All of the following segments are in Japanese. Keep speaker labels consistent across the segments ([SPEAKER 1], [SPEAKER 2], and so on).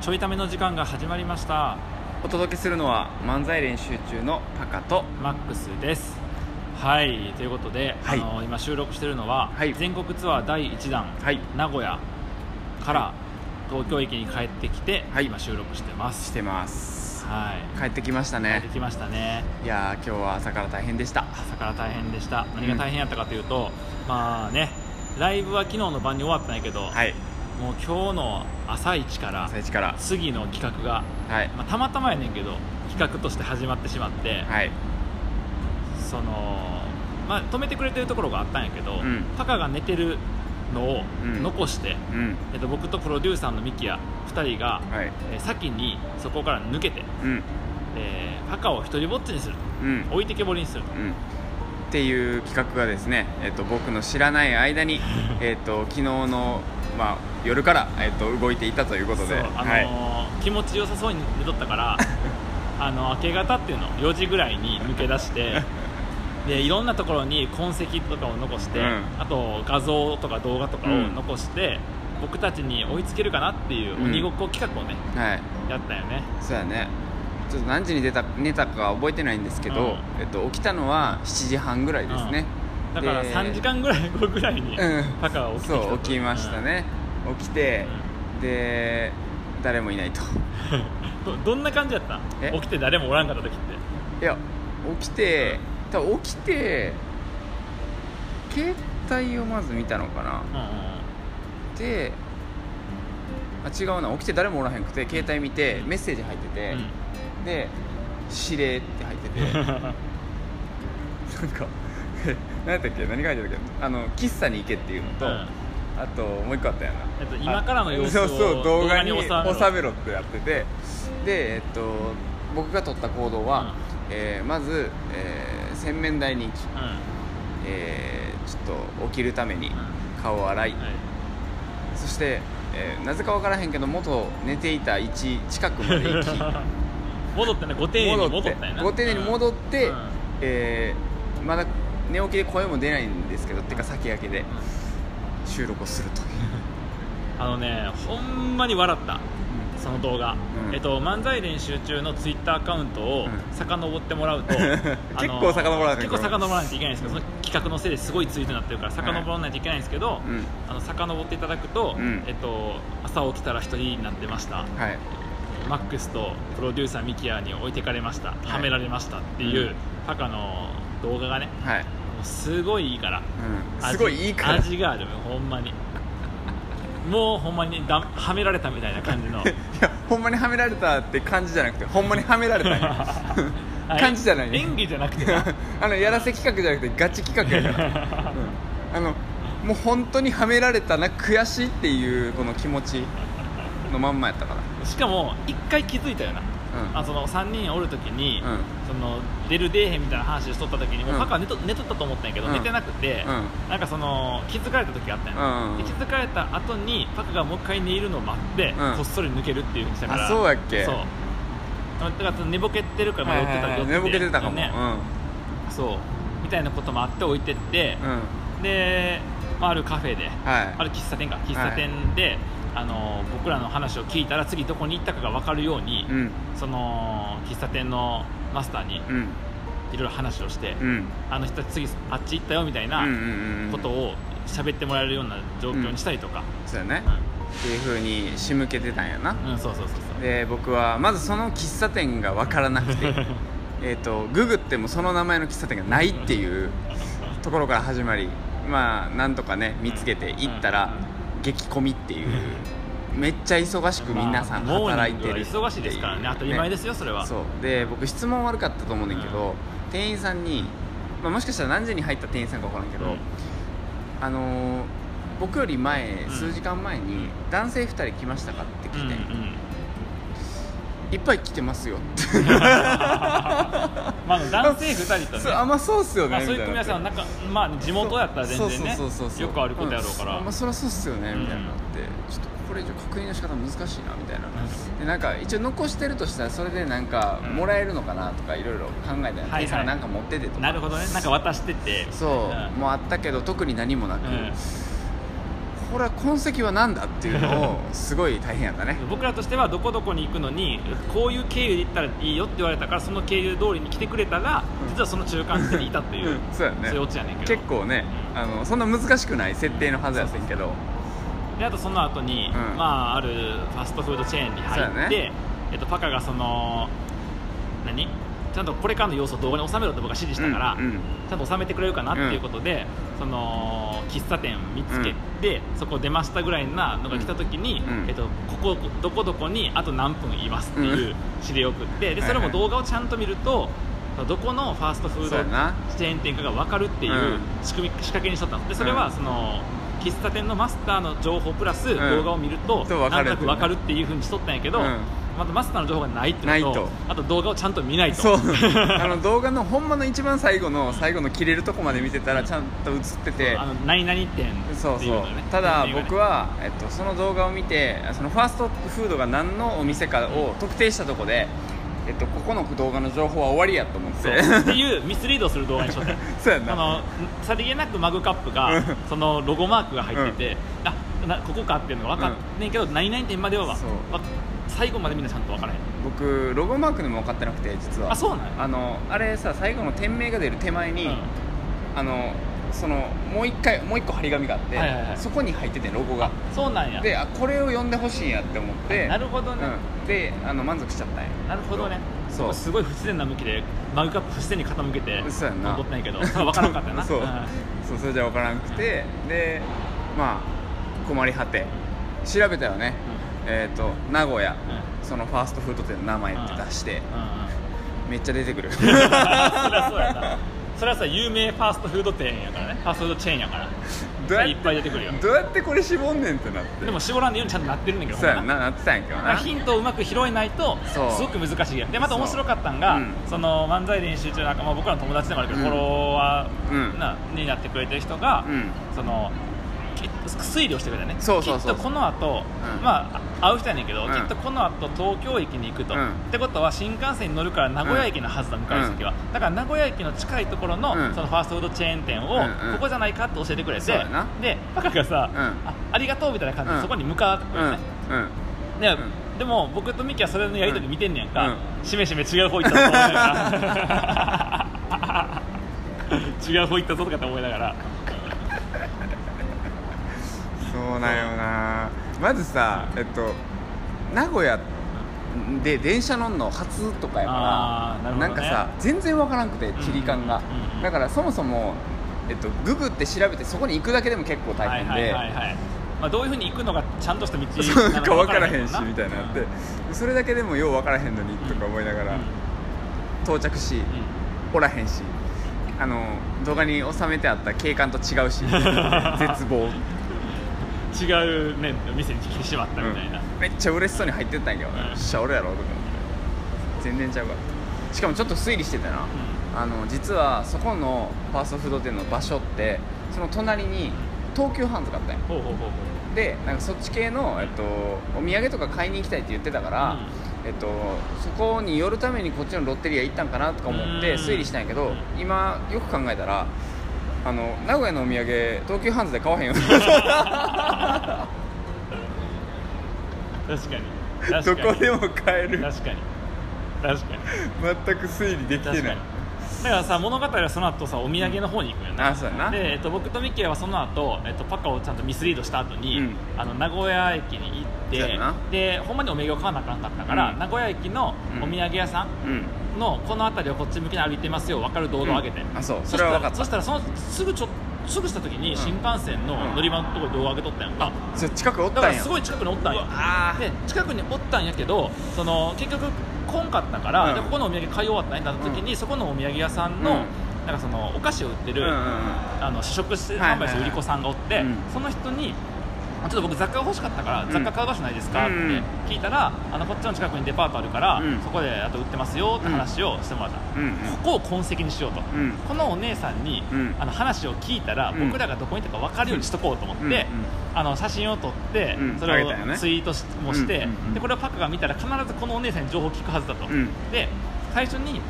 [SPEAKER 1] ちょいための時間が始まりました
[SPEAKER 2] お届けするのは漫才練習中のパカと
[SPEAKER 1] マックスですはいということで、
[SPEAKER 2] はい
[SPEAKER 1] あの今収録してるのは、
[SPEAKER 2] はい
[SPEAKER 1] 全国ツアー第1弾、
[SPEAKER 2] はい
[SPEAKER 1] 名古屋から東京駅に帰ってきて、
[SPEAKER 2] はい
[SPEAKER 1] 今収録してま
[SPEAKER 2] し
[SPEAKER 1] す
[SPEAKER 2] てます
[SPEAKER 1] はい
[SPEAKER 2] 帰ってきました
[SPEAKER 1] 帰って
[SPEAKER 2] ね
[SPEAKER 1] きましたね
[SPEAKER 2] いやー今日は朝から大変でした
[SPEAKER 1] 朝から大変でした何が大変やったかというと、まあねライブは昨日の晩に終わったんやけど、
[SPEAKER 2] はい
[SPEAKER 1] もう今日の朝一から
[SPEAKER 2] 朝一から
[SPEAKER 1] 次の企画が、
[SPEAKER 2] はい
[SPEAKER 1] まあ、たまたまやねんけど企画として始まってしまって、
[SPEAKER 2] はい
[SPEAKER 1] そのまあ止めてくれてるところがあったんやけど、
[SPEAKER 2] うん
[SPEAKER 1] タカが寝てるのを
[SPEAKER 2] うん
[SPEAKER 1] 残して、
[SPEAKER 2] うん
[SPEAKER 1] えっと、僕とプロデューサーのミキヤ2人が、
[SPEAKER 2] はい
[SPEAKER 1] えー先にそこから抜けて、
[SPEAKER 2] うん
[SPEAKER 1] えータカを一人ぼっちにする
[SPEAKER 2] うん
[SPEAKER 1] と置いてけぼりにすると
[SPEAKER 2] うんっていう企画がですね、えっと、僕の知らない 間に、えっと、昨日の、まあ、夜から、えっと、動いていたということ
[SPEAKER 1] そ
[SPEAKER 2] で、
[SPEAKER 1] う、あのー
[SPEAKER 2] はい、
[SPEAKER 1] 気持ちよさそうに寝とったから あの明け方っていうの4時ぐらいに抜け出して でいろんなところに痕跡とかを残して、
[SPEAKER 2] うん
[SPEAKER 1] あと画像とか動画とかを残して、僕たちに追いつけるかなっていう鬼ごっこ企画をね、
[SPEAKER 2] はい、
[SPEAKER 1] やったよね
[SPEAKER 2] そうやねちょっと何時に出た寝たかは覚えてないんですけど、
[SPEAKER 1] う
[SPEAKER 2] えっと、起きたのは7時半ぐらいですね、
[SPEAKER 1] だから
[SPEAKER 2] で
[SPEAKER 1] 3時間ぐらい後ぐらいに
[SPEAKER 2] うん
[SPEAKER 1] パカは起きてきたと
[SPEAKER 2] そう起きました、ね、起きて、で誰もいないと
[SPEAKER 1] うんどどんな感じやった
[SPEAKER 2] え
[SPEAKER 1] ん起きて誰もおらんかった時って
[SPEAKER 2] いや起きて多分起きて携帯をまず見たのかな
[SPEAKER 1] うんうん
[SPEAKER 2] であ違うな起きて誰もおらへんくて携帯見てメッセージ入ってて、で指令って入ってて なん
[SPEAKER 1] うん
[SPEAKER 2] かえ何やったっけ何が入ってたっけあの喫茶に行けっていうのと、
[SPEAKER 1] うん
[SPEAKER 2] あともう一個あったよな、
[SPEAKER 1] えっと今からの様子を
[SPEAKER 2] あそうそう動画に
[SPEAKER 1] 動
[SPEAKER 2] 収
[SPEAKER 1] 画に収めろ
[SPEAKER 2] めろってやっててで、えっと、僕が取った行動は、えーまず、えー洗面台に行き、
[SPEAKER 1] うんうん
[SPEAKER 2] えーちょっと起きるために
[SPEAKER 1] う
[SPEAKER 2] 顔を洗い、
[SPEAKER 1] はい
[SPEAKER 2] そして、えーなぜか分からへんけど元寝ていた位置近くまで 行き
[SPEAKER 1] 戻ったねご丁寧に戻ったよな
[SPEAKER 2] ご丁寧に戻
[SPEAKER 1] っ
[SPEAKER 2] って、
[SPEAKER 1] うん
[SPEAKER 2] えーまだ寝起きで声も出ないんですけどっていうか先駆けで収録をするという。
[SPEAKER 1] あのねほんまに笑ったその動画、
[SPEAKER 2] うん
[SPEAKER 1] えっと、漫才練習中のツイッターアカウントを
[SPEAKER 2] うん
[SPEAKER 1] 遡ってもら うと、あの
[SPEAKER 2] 結構遡らないとい
[SPEAKER 1] 結
[SPEAKER 2] けない
[SPEAKER 1] 構遡らないといけないんですけどその企画のせいですごいツイートになってるから遡らないといけないんですけど、
[SPEAKER 2] うん
[SPEAKER 1] あの遡っていただくと、
[SPEAKER 2] うん
[SPEAKER 1] えっと、朝起きたら一人になってました
[SPEAKER 2] はい
[SPEAKER 1] マックスとプロデューサーミキヤに置いてかれました、はめられましたっていう、
[SPEAKER 2] うん
[SPEAKER 1] パカの動画がね
[SPEAKER 2] はい、
[SPEAKER 1] もうすごいいいから
[SPEAKER 2] うん、
[SPEAKER 1] 味
[SPEAKER 2] すごいい いから
[SPEAKER 1] 味があるほんまにもうほんまにだはめられたみたいな感じの
[SPEAKER 2] いやほんまにはめられたって感じじゃなくてほんまにはめられたんや 感じじゃないね
[SPEAKER 1] 演技じゃなくてな
[SPEAKER 2] あのやらせ企画じゃなくてガチ企画やから、うん、あのもう本当にはめられたな悔しいっていうこの気持ちのまんまやったから
[SPEAKER 1] しかも一回気づいたよな、あその3人おる時に、
[SPEAKER 2] うん
[SPEAKER 1] その出る出えへんみたいな話をしとった時にもう
[SPEAKER 2] うん
[SPEAKER 1] パカは寝と寝とったと思ったんやけど、
[SPEAKER 2] うん
[SPEAKER 1] 寝てなくて、
[SPEAKER 2] う
[SPEAKER 1] なんかその気づかれた時があったんや、
[SPEAKER 2] うんうん
[SPEAKER 1] で気づかれた後にパカがもう一回寝るのを待って、
[SPEAKER 2] うん
[SPEAKER 1] こっそり抜けるっていうふうにしたから
[SPEAKER 2] あそうやっけ
[SPEAKER 1] そうだから寝ぼけてるから
[SPEAKER 2] は
[SPEAKER 1] 迷
[SPEAKER 2] い
[SPEAKER 1] っ
[SPEAKER 2] は
[SPEAKER 1] て
[SPEAKER 2] い
[SPEAKER 1] た
[SPEAKER 2] は
[SPEAKER 1] よ
[SPEAKER 2] い寝ぼけてたかも、
[SPEAKER 1] ねそうみたいなこともあって置いてって
[SPEAKER 2] う、ん、うん、
[SPEAKER 1] で、まあ、あるカフェで、あ
[SPEAKER 2] はい
[SPEAKER 1] る喫茶店か喫茶店で、あの僕らの話を聞いたら次どこに行ったかが分かるように、
[SPEAKER 2] うん
[SPEAKER 1] その喫茶店のマスターにい
[SPEAKER 2] うん
[SPEAKER 1] ろいろ話をして、
[SPEAKER 2] うん
[SPEAKER 1] あの人たち次あっち行ったよみたい
[SPEAKER 2] うんう
[SPEAKER 1] なん
[SPEAKER 2] うん
[SPEAKER 1] ことを喋ってもらえるような状況にしたりとか、
[SPEAKER 2] そうやね
[SPEAKER 1] うん
[SPEAKER 2] っていうふうに仕向けてたんやな
[SPEAKER 1] うんそうそうそうそう
[SPEAKER 2] で僕はまずその喫茶店が分からな くてえーとググってもその名前の喫茶店がないっていうところから始まりまあなんとかね見つけて行ったら激混みっていうめっちゃ忙しく皆さん
[SPEAKER 1] まあ
[SPEAKER 2] 働いてる
[SPEAKER 1] モー
[SPEAKER 2] って
[SPEAKER 1] ニングは忙しいですからね当たり前ですよそれは、
[SPEAKER 2] そうで僕質問悪かったと思うねんだけど、店員さんに、まあ、もしかしたら何時に入った店員さんか分からんけど、
[SPEAKER 1] うん
[SPEAKER 2] あのー僕より前
[SPEAKER 1] うん
[SPEAKER 2] 数時間前に「男性2人来ましたか?」って来
[SPEAKER 1] うん
[SPEAKER 2] て、
[SPEAKER 1] うん
[SPEAKER 2] いっぱい来てますよ」って
[SPEAKER 1] まあ、あの男性2人とね
[SPEAKER 2] そうあまあそうっすよね
[SPEAKER 1] まあ、そう
[SPEAKER 2] み
[SPEAKER 1] いう
[SPEAKER 2] たい
[SPEAKER 1] 組み合
[SPEAKER 2] な
[SPEAKER 1] わせはなんか、まあ、地元やったら全然ね
[SPEAKER 2] そうそうそうそうそう
[SPEAKER 1] よくあることやろうから、
[SPEAKER 2] んまあそりゃそうっすよねみたいなのって、ちょっとこれ以上確認の仕方難しいなみたいな、
[SPEAKER 1] う
[SPEAKER 2] でなんか一応残してるとしたらそれでなんか
[SPEAKER 1] うん
[SPEAKER 2] もらえるのかなとかいろいろ考えたら、
[SPEAKER 1] はい
[SPEAKER 2] 店員さんがなんか持っててとか
[SPEAKER 1] なるほどねなんか渡してて
[SPEAKER 2] そう、
[SPEAKER 1] ん
[SPEAKER 2] もうあったけど特に何もなく、
[SPEAKER 1] うん
[SPEAKER 2] ここれは痕跡は何だっていうのをすごい大変やったね
[SPEAKER 1] 僕らとしてはどこどこに行くのにこういう経由で行ったらいいよって言われたからその経由通りに来てくれたら実はその中間地点にいたっていう
[SPEAKER 2] そうやね
[SPEAKER 1] そういうオチやねんけど
[SPEAKER 2] 結構ねあのそんな難しくない設定のはずやったけど
[SPEAKER 1] であとその後に、
[SPEAKER 2] うん
[SPEAKER 1] まああるファストフードチェーンに入
[SPEAKER 2] そう
[SPEAKER 1] っ
[SPEAKER 2] や
[SPEAKER 1] て、
[SPEAKER 2] ね
[SPEAKER 1] えっと、パカがその何ちゃんとこれからの要素を動画に収めろって僕は指示したから、
[SPEAKER 2] うんうん
[SPEAKER 1] ちゃんと収めてくれるかなっていうことで、その喫茶店見つけて、そこ出ましたぐらいなのが来た時に、
[SPEAKER 2] うん
[SPEAKER 1] えっと、ここどこどこにあと何分いますっていうう指令を送ってで
[SPEAKER 2] はいはい
[SPEAKER 1] それも動画をちゃんと見るとどこのファーストフード
[SPEAKER 2] そうやな
[SPEAKER 1] チェーン店かが分かるってい
[SPEAKER 2] うん
[SPEAKER 1] う仕組み、仕掛けにしとったのでそれ
[SPEAKER 2] う
[SPEAKER 1] は
[SPEAKER 2] ん
[SPEAKER 1] その喫茶店のマスターの情報プラス、動画を見ると
[SPEAKER 2] と分か
[SPEAKER 1] なん
[SPEAKER 2] る
[SPEAKER 1] となく分かるっていうふうにしとったんやけど、
[SPEAKER 2] うん
[SPEAKER 1] またマスターの情報がないってい
[SPEAKER 2] な
[SPEAKER 1] う
[SPEAKER 2] い
[SPEAKER 1] のと
[SPEAKER 2] と
[SPEAKER 1] あと動画をちゃんと見ないと
[SPEAKER 2] そう あの動画のほんまの一番最後の最後の切れるとこまで見てたらちゃんと映ってて
[SPEAKER 1] あの何々店っていうのね
[SPEAKER 2] そうそうただ僕は、えっと、その動画を見てそのファーストフードが何のお店かを特定したとこで、えっと、ここの動画の情報は終わりやと思って
[SPEAKER 1] そうっていうミスリードする動画にしとったんや
[SPEAKER 2] そうやん
[SPEAKER 1] あ
[SPEAKER 2] な
[SPEAKER 1] のさりげなくマグカップがそのロゴマークが入ってて、あなここかっていうのが分かんねんけど、何々店まではわ
[SPEAKER 2] そう
[SPEAKER 1] わ最後までみんなちゃんと分からへん
[SPEAKER 2] 僕ロゴマークでも分かってなくて実は
[SPEAKER 1] あそうなんや
[SPEAKER 2] あのあれさ最後の店名が出る手前
[SPEAKER 1] う
[SPEAKER 2] に、
[SPEAKER 1] ん
[SPEAKER 2] あのそのもう一回もう一個張り紙があって、
[SPEAKER 1] はいはいはい
[SPEAKER 2] そこに入っててロゴが
[SPEAKER 1] そうなんや
[SPEAKER 2] であこれを読んでほしいんやって思って
[SPEAKER 1] なるほどね、
[SPEAKER 2] うん、であの満足しちゃったんや
[SPEAKER 1] なるほどね
[SPEAKER 2] そう
[SPEAKER 1] すごい不自然な向きでマグカップ不自然に傾けて
[SPEAKER 2] そうやんな
[SPEAKER 1] 登ってないけどそれは分からんかったよな
[SPEAKER 2] そう,、
[SPEAKER 1] ん
[SPEAKER 2] そうそれじゃ分からなくてでまあ困り果て調べたよね、えっ、と名古屋、そのファーストフード店の名前って出して、
[SPEAKER 1] うんうん
[SPEAKER 2] めっちゃ出 てくる
[SPEAKER 1] そりゃそうやなそれはさ有名ファーストフード店やからねファーストフードチェーンやから
[SPEAKER 2] どうやって
[SPEAKER 1] いっぱい出てくるよ
[SPEAKER 2] どうやってこれ絞んねんってなって
[SPEAKER 1] でも絞らんで言うのちゃんとなってるんだけど
[SPEAKER 2] そうや
[SPEAKER 1] ほ
[SPEAKER 2] ん
[SPEAKER 1] んま
[SPEAKER 2] ななってたんやけど
[SPEAKER 1] だから
[SPEAKER 2] な
[SPEAKER 1] ヒントをうまく拾えないとす
[SPEAKER 2] そう
[SPEAKER 1] ごく難しいやんでまた面白かったん
[SPEAKER 2] そ
[SPEAKER 1] が
[SPEAKER 2] ううん
[SPEAKER 1] その漫才練習中なんか、まあ、僕らの友達でもあるけど、
[SPEAKER 2] うん
[SPEAKER 1] フォロワ
[SPEAKER 2] う
[SPEAKER 1] ー
[SPEAKER 2] ん
[SPEAKER 1] な、になってくれてる人が、
[SPEAKER 2] うん
[SPEAKER 1] そのき推理をしてくれたね
[SPEAKER 2] そうそうそ
[SPEAKER 1] き
[SPEAKER 2] う
[SPEAKER 1] っとこの後、
[SPEAKER 2] うん
[SPEAKER 1] まあ会う人やねんけど、
[SPEAKER 2] うん
[SPEAKER 1] きっとこの後東京駅に行くと、
[SPEAKER 2] うん
[SPEAKER 1] ってことは新幹線に乗るから名古屋駅のはずだ向かい先は、だから名古屋駅の近いところの,、
[SPEAKER 2] うん
[SPEAKER 1] そのファーストフードチェーン店を、
[SPEAKER 2] うんうん
[SPEAKER 1] ここじゃないかって教えてくれて
[SPEAKER 2] そうやな
[SPEAKER 1] でパカがさ、
[SPEAKER 2] うん
[SPEAKER 1] あ「ありがとう」みたいな感じ
[SPEAKER 2] う
[SPEAKER 1] で
[SPEAKER 2] ん
[SPEAKER 1] そこに向かってく
[SPEAKER 2] うん
[SPEAKER 1] るね、
[SPEAKER 2] うん
[SPEAKER 1] で,、
[SPEAKER 2] う
[SPEAKER 1] でも僕とミキはそれのやり取り見てんねやんか、
[SPEAKER 2] う
[SPEAKER 1] しめしめ違う方行ったぞと思いながら 違う方行ったぞとかって思いながら
[SPEAKER 2] そうなんよなまずさえっと名古屋で電車乗んの初とかや
[SPEAKER 1] あ
[SPEAKER 2] か
[SPEAKER 1] ーな
[SPEAKER 2] ら
[SPEAKER 1] るほどね
[SPEAKER 2] んかさ全然わからんくて地理感が、
[SPEAKER 1] うんうん
[SPEAKER 2] だからそもそも、えっと、ググって調べてそこに行くだけでも結構大変で、
[SPEAKER 1] はいはいはいはいまあ、どういうふうに行くのがちゃんとした道
[SPEAKER 2] そう
[SPEAKER 1] な
[SPEAKER 2] なん
[SPEAKER 1] の
[SPEAKER 2] か
[SPEAKER 1] か
[SPEAKER 2] 分
[SPEAKER 1] 分
[SPEAKER 2] から
[SPEAKER 1] も
[SPEAKER 2] へんしみたいなのあって、
[SPEAKER 1] うん
[SPEAKER 2] それだけでもよう分からへんのにとか思いながら、到着し、おらへんしあの動画に収めてあった景観と違う し絶望
[SPEAKER 1] うん違う、ね、店に来てしまったみたいな、
[SPEAKER 2] うんめっちゃ嬉しそうに入ってったんやけどな、
[SPEAKER 1] うん
[SPEAKER 2] よっしゃ俺やろとか思って全然ちゃうかしかもちょっと推理してたな、あの実はそこのファーストフード店の場所ってその隣に東急ハンズがあったんや
[SPEAKER 1] ほうほうほうほ う
[SPEAKER 2] でなんかそっち系の、えっと、お土産とか買いに行きたいって言ってたから、えっと、そこに寄るためにこっちのロッテリア行ったんかなとか思って
[SPEAKER 1] うん
[SPEAKER 2] 推理したんやけど
[SPEAKER 1] う
[SPEAKER 2] 今よく考えたらあの名古屋のお土産東急ハンズで買わへんよ
[SPEAKER 1] 確かに確
[SPEAKER 2] ど
[SPEAKER 1] かに
[SPEAKER 2] こでも買える
[SPEAKER 1] 確かに確かに
[SPEAKER 2] 全く推理できて
[SPEAKER 1] 確
[SPEAKER 2] な
[SPEAKER 1] か
[SPEAKER 2] い
[SPEAKER 1] にだからさ物語はその後さお土産の方に行くよね
[SPEAKER 2] あそうやな
[SPEAKER 1] で、えっと、僕とミッキーはその後、えっとパカをちゃんとミスリードした後に、
[SPEAKER 2] うん
[SPEAKER 1] あの名古屋駅に行って
[SPEAKER 2] そうやな
[SPEAKER 1] でほんまにお土産を買わなあかんかったから、
[SPEAKER 2] うん
[SPEAKER 1] 名古屋駅のお土産屋さん、
[SPEAKER 2] うん
[SPEAKER 1] のこの辺りをこっち向きに歩いてますよ分かる動画を上げて、
[SPEAKER 2] うんあそうそ
[SPEAKER 1] そ
[SPEAKER 2] れ
[SPEAKER 1] れ
[SPEAKER 2] は
[SPEAKER 1] は
[SPEAKER 2] 分かった
[SPEAKER 1] そしたらそのすぐちょすぐした時
[SPEAKER 2] うん
[SPEAKER 1] に新幹線の乗り場のところで動画上げとったやんか、
[SPEAKER 2] そう近くおっ
[SPEAKER 1] だ
[SPEAKER 2] た
[SPEAKER 1] か
[SPEAKER 2] ん
[SPEAKER 1] ら
[SPEAKER 2] や
[SPEAKER 1] すごい近くにおったん
[SPEAKER 2] うわ
[SPEAKER 1] や
[SPEAKER 2] あ
[SPEAKER 1] で近くにおったんやけどその結局来んかったから、
[SPEAKER 2] うん
[SPEAKER 1] でここのお土産買い終わったねってなった時に、そこのお土産屋さんの、なんかそのお菓子を売ってる、
[SPEAKER 2] うんうんうん
[SPEAKER 1] あの試食して
[SPEAKER 2] はいはい
[SPEAKER 1] 販売する売り子さんがおって、
[SPEAKER 2] うん
[SPEAKER 1] その人に「あちょっと僕雑貨が欲しかったから
[SPEAKER 2] ん
[SPEAKER 1] 雑貨買う場所ないですか?」って
[SPEAKER 2] うん
[SPEAKER 1] 聞いたら「あのこっちの近くにデパートあるから、
[SPEAKER 2] うん
[SPEAKER 1] そこであと売ってますよ」って話をしてもらった、
[SPEAKER 2] うんうん
[SPEAKER 1] ここを痕跡にしようと、
[SPEAKER 2] うん
[SPEAKER 1] このお姉さんに、
[SPEAKER 2] うん
[SPEAKER 1] あの話を聞いたら、
[SPEAKER 2] うん
[SPEAKER 1] 僕らがどこにいたか分かるようにしとこうと思って、
[SPEAKER 2] うんうん
[SPEAKER 1] あの写真を撮って、
[SPEAKER 2] うん
[SPEAKER 1] それ
[SPEAKER 2] あげ
[SPEAKER 1] を
[SPEAKER 2] たよね
[SPEAKER 1] ツイートしもして、
[SPEAKER 2] うんうんうん
[SPEAKER 1] でこれをパクが見たら必ずこのお姉さんに情報を聞くはずだと、
[SPEAKER 2] うん
[SPEAKER 1] で最初に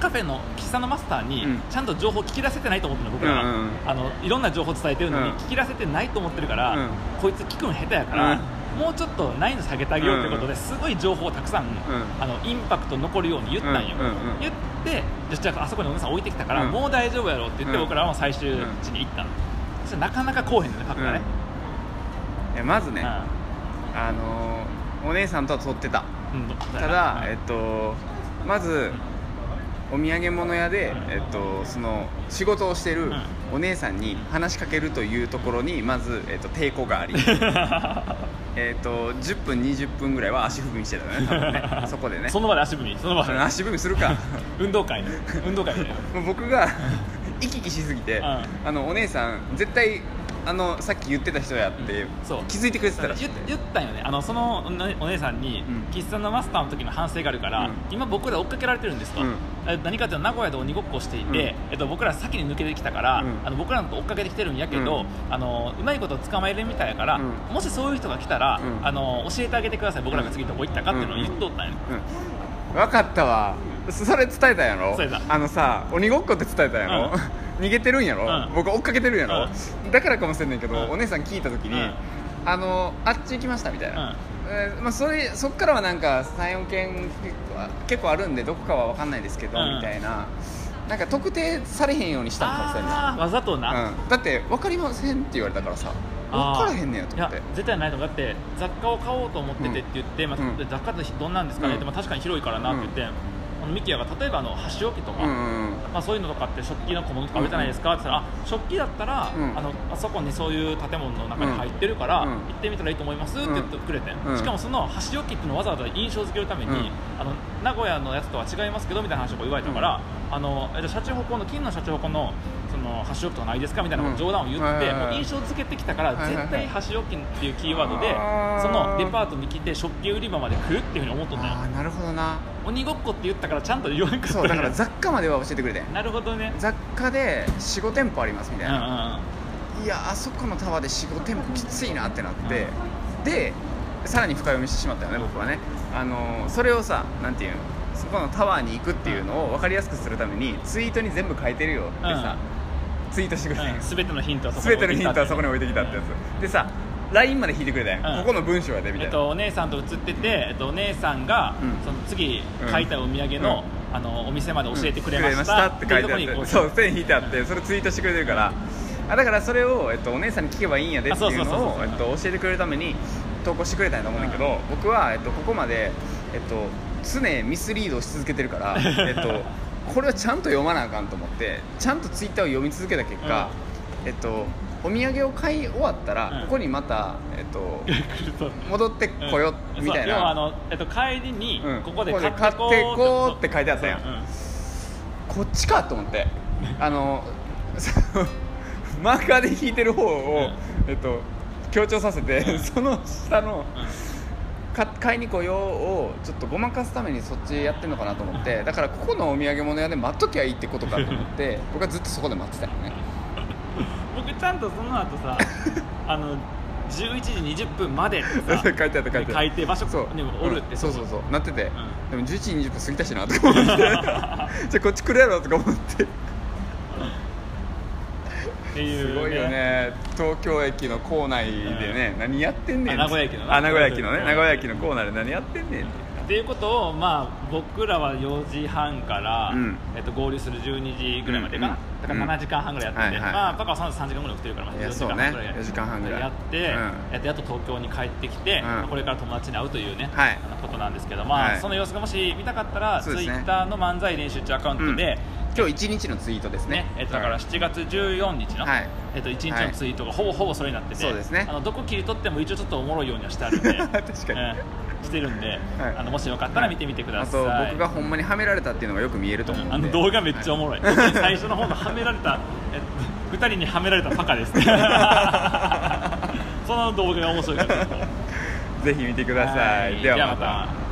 [SPEAKER 1] カフェの喫茶のマスターに
[SPEAKER 2] うん
[SPEAKER 1] ちゃんと情報聞き出せてないと思ってるの僕らは、
[SPEAKER 2] うんうん
[SPEAKER 1] あのいろんな情報伝えてるのに
[SPEAKER 2] うん
[SPEAKER 1] 聞き出せてないと思ってるから、
[SPEAKER 2] うん
[SPEAKER 1] こいつ聞くん下手やから、もうちょっと難易度下げてあげようってこと
[SPEAKER 2] うんう
[SPEAKER 1] で、すごい情報をたくさん、あのインパクト残るように言ったんよ、
[SPEAKER 2] うんうんうん
[SPEAKER 1] 言ってじゃあじゃああそこにお姉さん置いてきたから、
[SPEAKER 2] うん
[SPEAKER 1] もう大丈夫やろって言って、
[SPEAKER 2] うん
[SPEAKER 1] 僕らも最終地に行ったの、そしたらなかなかこうへんのねパクがね、
[SPEAKER 2] いやまずね、
[SPEAKER 1] うん
[SPEAKER 2] あのーお姉さんとは撮ってた
[SPEAKER 1] うん
[SPEAKER 2] ただ、えっと、まずお土産物屋で、えっと、その仕事をしてるお姉さんに話しかけるというところにまず、えっと、抵抗がありえっと10分20分ぐらいは足踏みしてたね多分ねそこでね
[SPEAKER 1] その場で足踏みその場で
[SPEAKER 2] 足踏みするか
[SPEAKER 1] 運動会ね運動会だよ
[SPEAKER 2] もう僕が行き来しすぎて、
[SPEAKER 1] ん
[SPEAKER 2] あのお姉さん絶対あのさっき言ってた人やって
[SPEAKER 1] そう
[SPEAKER 2] 気づいてくれてたらしく
[SPEAKER 1] 言って言ったんよねあのそのおねお姉さんに、
[SPEAKER 2] うん
[SPEAKER 1] 喫茶のマスターの時の反省があるから、
[SPEAKER 2] うん
[SPEAKER 1] 今僕ら追っかけられてるんですと、
[SPEAKER 2] うん
[SPEAKER 1] え何かというと名古屋で鬼ごっこをしていて、
[SPEAKER 2] うん
[SPEAKER 1] えっと、僕ら先に抜けてきたから、
[SPEAKER 2] うん
[SPEAKER 1] あの僕らのこと追っかけてきてるんやけど、
[SPEAKER 2] う
[SPEAKER 1] あのうまいこと捕まえるみたいやから、
[SPEAKER 2] う
[SPEAKER 1] もしそういう人が来たら、
[SPEAKER 2] うん
[SPEAKER 1] あの教えてあげてください僕らが次どこ行ったかっていうのを言っとったんよ、
[SPEAKER 2] うん、分かったわそれ伝えたんやろ
[SPEAKER 1] 伝えた
[SPEAKER 2] あのさ鬼ごっこって伝えたんやろ、 逃げてるんやろ、
[SPEAKER 1] うん
[SPEAKER 2] 僕追っかけてるんやろ、だからかもしれないけど、
[SPEAKER 1] うん
[SPEAKER 2] お姉さん聞いた時に、
[SPEAKER 1] うん
[SPEAKER 2] あのあっち行きましたみたいな、
[SPEAKER 1] うん
[SPEAKER 2] えーまあ、それそっからはなんか34件結構あ結構あるんでどこかは分かんないですけど、
[SPEAKER 1] うん
[SPEAKER 2] みたいななんか特定されへんようにしたんかもしれない
[SPEAKER 1] あーわざとな、
[SPEAKER 2] うん、だって分かりませんって言われたからさ
[SPEAKER 1] あー
[SPEAKER 2] 分からへんねやと
[SPEAKER 1] い
[SPEAKER 2] 思っ
[SPEAKER 1] や
[SPEAKER 2] て
[SPEAKER 1] 絶対ないと思うだって雑貨を買おうと思っててって言って、まあ
[SPEAKER 2] うん
[SPEAKER 1] 雑貨ってどんなんですかねって、
[SPEAKER 2] う
[SPEAKER 1] ま
[SPEAKER 2] ん
[SPEAKER 1] あ確かに広いからなって言って、あのミキヤが例えばあの箸置きとか、
[SPEAKER 2] うんうんうん
[SPEAKER 1] まあ、そういうのとかって食器の小物とかあるじゃないですかって言ったらあ食器だったら、
[SPEAKER 2] うん
[SPEAKER 1] あのあそこにそういう建物の中に入ってるから、
[SPEAKER 2] うん
[SPEAKER 1] 行ってみたらいいと思いますって言ってくれて、
[SPEAKER 2] うん
[SPEAKER 1] しかもその箸置きっていうのをわざわざ印象付けるために、
[SPEAKER 2] うん
[SPEAKER 1] あの名古屋のやつとは違いますけどみたいな話をこう言われたから、あのえじゃあシャチホコの金のシャチホコのその箸置きとかないですかみたいなことを冗談を言って、
[SPEAKER 2] うんはいはいはい
[SPEAKER 1] もう印象付けてきたから、
[SPEAKER 2] はいはいはい
[SPEAKER 1] 絶対箸置きっていうキーワードで
[SPEAKER 2] あー
[SPEAKER 1] そのデパートに来て食器売り場まで来るっていうふうに思っとったよ
[SPEAKER 2] ああなるほどな
[SPEAKER 1] 鬼ごっこって言ったからちゃんと言わなかった
[SPEAKER 2] そ
[SPEAKER 1] よ
[SPEAKER 2] う だから雑貨までは教えてくれてん
[SPEAKER 1] なるほどね
[SPEAKER 2] 雑貨で45店舗ありますみたいな、
[SPEAKER 1] う
[SPEAKER 2] いやあそこのタワーで45店舗きついなってなって、でさらに深読みしてしまったよね僕はねあのーそれをさなんていうのそこのタワーに行くっていうのを分かりやすくするためにツイートに全部書いてるよってさ、ツイートしてくれたんよ、
[SPEAKER 1] すべてのヒントはそこ
[SPEAKER 2] 全てのヒントはそこに置いてきたってやつでさ LINE まで引いてくれたやん、
[SPEAKER 1] うん
[SPEAKER 2] ここの文章やでみた
[SPEAKER 1] え
[SPEAKER 2] い
[SPEAKER 1] っ
[SPEAKER 2] な、
[SPEAKER 1] と、お姉さんと写ってて、えっと、お姉さんが、
[SPEAKER 2] うん
[SPEAKER 1] その次
[SPEAKER 2] うん
[SPEAKER 1] 買いたいお土産の,、あのお店まで教えてくれました,、
[SPEAKER 2] って書いてあってそう線引いてあってそれツイートしてくれてるからあだからそれを、えっと、お姉さんに聞けばいいんやでっていう
[SPEAKER 1] あそうそう
[SPEAKER 2] の
[SPEAKER 1] そう
[SPEAKER 2] を、
[SPEAKER 1] そう
[SPEAKER 2] えっと、教えてくれるために投稿してくれたんやと思うんだけど、僕は、えっと、ここまで、えっと、常ミスリードし続けてるから えっとこれはちゃんと読まなあかんと思ってちゃんとツイッターを読み続けた結果、えっとお土産を買い終わったら、
[SPEAKER 1] うん
[SPEAKER 2] ここにまた、えっと、
[SPEAKER 1] そう
[SPEAKER 2] 戻ってこよ、みたい
[SPEAKER 1] そう要はあ
[SPEAKER 2] な
[SPEAKER 1] の、えっと、帰りに、
[SPEAKER 2] うん
[SPEAKER 1] ここで
[SPEAKER 2] ここ
[SPEAKER 1] 買
[SPEAKER 2] で
[SPEAKER 1] ってこう
[SPEAKER 2] 買ってこうって書いてあったやん
[SPEAKER 1] そう
[SPEAKER 2] こっちかと思ってあのそのマーカーで引いてる方を、えっと、強調させて、
[SPEAKER 1] うん
[SPEAKER 2] その下の
[SPEAKER 1] うんうん
[SPEAKER 2] 「か買いに来よう」をちょっとごまかすためにそっちやってるのかなと思ってだからここのお土産物屋で待っときゃいいってことかと思って僕はずっとそこで待ってたよね
[SPEAKER 1] 僕ちゃんとその後さあの11時20分までって
[SPEAKER 2] 書
[SPEAKER 1] さ
[SPEAKER 2] いてあった書いてあった
[SPEAKER 1] 書いて場所
[SPEAKER 2] そう
[SPEAKER 1] にもおるって
[SPEAKER 2] うんそうそうそうなってて、でも11時20分過ぎたしなと か思ってじゃあこっち来るやろとか思って
[SPEAKER 1] っていう、
[SPEAKER 2] すごいよね東京駅の構内でね、何やってんねん
[SPEAKER 1] あ名古屋駅のな
[SPEAKER 2] あ名古屋駅のね
[SPEAKER 1] うん
[SPEAKER 2] 名古屋駅の構内で何やってんねんって
[SPEAKER 1] っていうことを、まあ、僕らは4時半から、
[SPEAKER 2] うん
[SPEAKER 1] えっと、合流する12時ぐらいまでかな、
[SPEAKER 2] うん
[SPEAKER 1] だから7時間半ぐらいやってて、
[SPEAKER 2] うんはいはい
[SPEAKER 1] まあ、パカは3 3時間ぐらい起きてるから、まあ、
[SPEAKER 2] いや
[SPEAKER 1] 4時間半ぐらい
[SPEAKER 2] そうね4時間半ぐらい
[SPEAKER 1] やって、
[SPEAKER 2] うん
[SPEAKER 1] やってやっと東京に帰ってきて、
[SPEAKER 2] うん
[SPEAKER 1] これから友達に会うというね、
[SPEAKER 2] はい
[SPEAKER 1] あのことなんですけど、まあ
[SPEAKER 2] はい
[SPEAKER 1] その様子がもし見たかったら、
[SPEAKER 2] そう
[SPEAKER 1] ツ
[SPEAKER 2] で
[SPEAKER 1] イ
[SPEAKER 2] すね
[SPEAKER 1] ッターの漫才練習中アカウントで、
[SPEAKER 2] 今日一日のツイートですね
[SPEAKER 1] ねえっと、だから7月14日の、
[SPEAKER 2] はい
[SPEAKER 1] えっと、1日のツイートがほぼほぼそれになってて、
[SPEAKER 2] そうですね
[SPEAKER 1] あのどこ切り取っても一応ちょっとおもろいようにはしてあるんで
[SPEAKER 2] 確か
[SPEAKER 1] う
[SPEAKER 2] に
[SPEAKER 1] んしてるんで、
[SPEAKER 2] はい
[SPEAKER 1] あのもしよかったら見てみてくだ
[SPEAKER 2] あ
[SPEAKER 1] さい、
[SPEAKER 2] と僕がほんまにはめられたっていうのがよく見えると思うんで、
[SPEAKER 1] あの動画めっちゃおもろい、最初の方のはめられたえ2人にはめられたパカですね その動画が面白いから
[SPEAKER 2] ぜひ見てください
[SPEAKER 1] はい
[SPEAKER 2] では
[SPEAKER 1] では
[SPEAKER 2] ま
[SPEAKER 1] また
[SPEAKER 2] た